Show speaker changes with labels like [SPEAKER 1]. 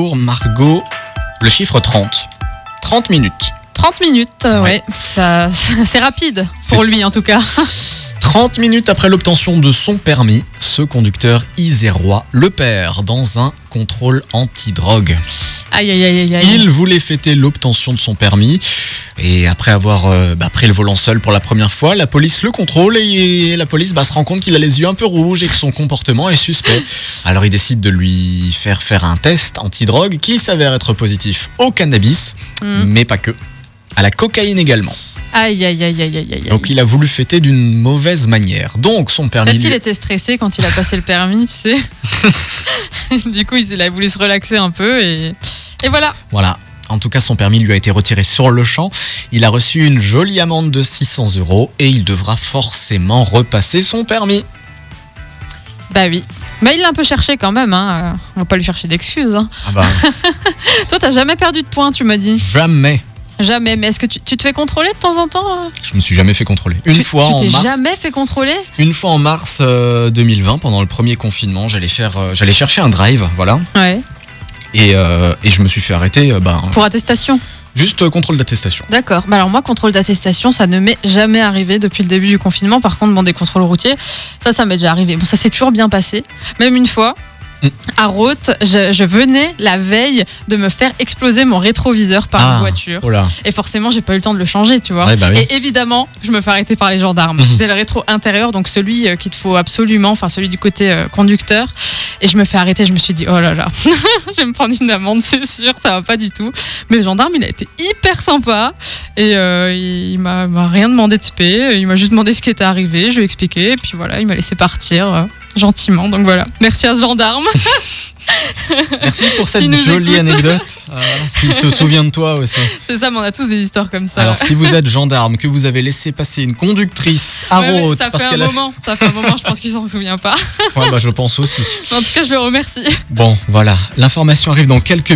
[SPEAKER 1] Pour Margot, le chiffre 30. 30 minutes.
[SPEAKER 2] 30 minutes, euh, ouais, ça, c'est rapide pour
[SPEAKER 1] C'est-
[SPEAKER 2] lui en tout cas.
[SPEAKER 1] 30 minutes après l'obtention de son permis, ce conducteur isérois le perd dans un contrôle antidrogue.
[SPEAKER 2] Aïe aïe aïe aïe. aïe.
[SPEAKER 1] Il voulait fêter l'obtention de son permis et après avoir euh, bah, pris le volant seul pour la première fois, la police le contrôle et la police bah, se rend compte qu'il a les yeux un peu rouges et que son comportement est suspect. Alors il décide de lui faire faire un test antidrogue qui s'avère être positif au cannabis,
[SPEAKER 2] Mm.
[SPEAKER 1] mais pas que, à la cocaïne également.
[SPEAKER 2] Aïe aïe aïe aïe aïe aïe.
[SPEAKER 1] Donc il a voulu fêter d'une mauvaise manière. Donc son permis...
[SPEAKER 2] Peut-être qu'il
[SPEAKER 1] lui-
[SPEAKER 2] était stressé quand il a passé le permis, tu sais. du coup, il a voulu se relaxer un peu et, et voilà.
[SPEAKER 1] Voilà. En tout cas, son permis lui a été retiré sur le champ. Il a reçu une jolie amende de 600 euros et il devra forcément repasser son permis.
[SPEAKER 2] Bah oui. Bah il l'a un peu cherché quand même, hein. euh, on va pas lui chercher d'excuses. hein.
[SPEAKER 1] Ah bah,
[SPEAKER 2] Toi, t'as jamais perdu de points, tu m'as dit.
[SPEAKER 1] jamais.
[SPEAKER 2] Jamais, mais est-ce que tu, tu te fais contrôler de temps en temps euh
[SPEAKER 1] Je me suis jamais fait contrôler. Une
[SPEAKER 2] Tu-
[SPEAKER 1] fois
[SPEAKER 2] tu
[SPEAKER 1] en
[SPEAKER 2] t'es
[SPEAKER 1] mars.
[SPEAKER 2] jamais fait contrôler
[SPEAKER 1] Une fois en mars euh, 2020, pendant le premier confinement, j'allais faire, euh, j'allais chercher un drive, voilà,
[SPEAKER 2] Ouais.
[SPEAKER 1] et, euh, et je me suis fait arrêter. euh, ben,
[SPEAKER 2] Pour attestation.
[SPEAKER 1] juste euh, contrôle d'attestation.
[SPEAKER 2] D'accord. Bah alors moi, contrôle d'attestation, ça ne m'est jamais arrivé depuis le début du confinement. Par contre, bon, des contrôles routiers, ça, ça m'est déjà arrivé. Bon, ça s'est toujours bien passé. Même une fois,
[SPEAKER 1] Mm.
[SPEAKER 2] à Roth, je, je venais la veille de me faire exploser mon rétroviseur par
[SPEAKER 1] Ah.
[SPEAKER 2] une voiture.
[SPEAKER 1] Oh là.
[SPEAKER 2] Et forcément, j'ai pas eu le temps de le changer, tu vois.
[SPEAKER 1] Ouais, bah oui.
[SPEAKER 2] Et évidemment, je me fais arrêter par les gendarmes.
[SPEAKER 1] Mhm.
[SPEAKER 2] C'était le rétro intérieur, donc celui euh, qu'il te faut absolument, enfin celui du côté euh, conducteur. Et je me fais arrêter, je me suis dit, oh là là, je vais me prendre une amende, c'est sûr, ça va pas du tout. Mais le gendarme, il a été hyper sympa. Et euh, il m'a m'a rien demandé de spé, il m'a juste demandé ce qui était arrivé, je lui ai expliqué, et puis voilà, il m'a laissé partir. euh, gentiment, donc voilà. Merci à ce gendarme.
[SPEAKER 1] Merci pour
[SPEAKER 2] S'il
[SPEAKER 1] cette
[SPEAKER 2] nous
[SPEAKER 1] jolie
[SPEAKER 2] écoute.
[SPEAKER 1] anecdote. Euh, S'il se souvient de toi aussi.
[SPEAKER 2] C'est ça, mais on a tous des histoires comme ça.
[SPEAKER 1] Alors, si vous êtes gendarme, que vous avez laissé passer une conductrice à
[SPEAKER 2] Ouais, mais
[SPEAKER 1] Roth,
[SPEAKER 2] ça
[SPEAKER 1] parce
[SPEAKER 2] fait un
[SPEAKER 1] qu'elle a
[SPEAKER 2] moment, ça fait un moment, je pense qu'il s'en souvient pas.
[SPEAKER 1] Ouais, bah, je pense aussi.
[SPEAKER 2] En tout cas, je le remercie.
[SPEAKER 1] Bon, voilà. L'information arrive dans quelques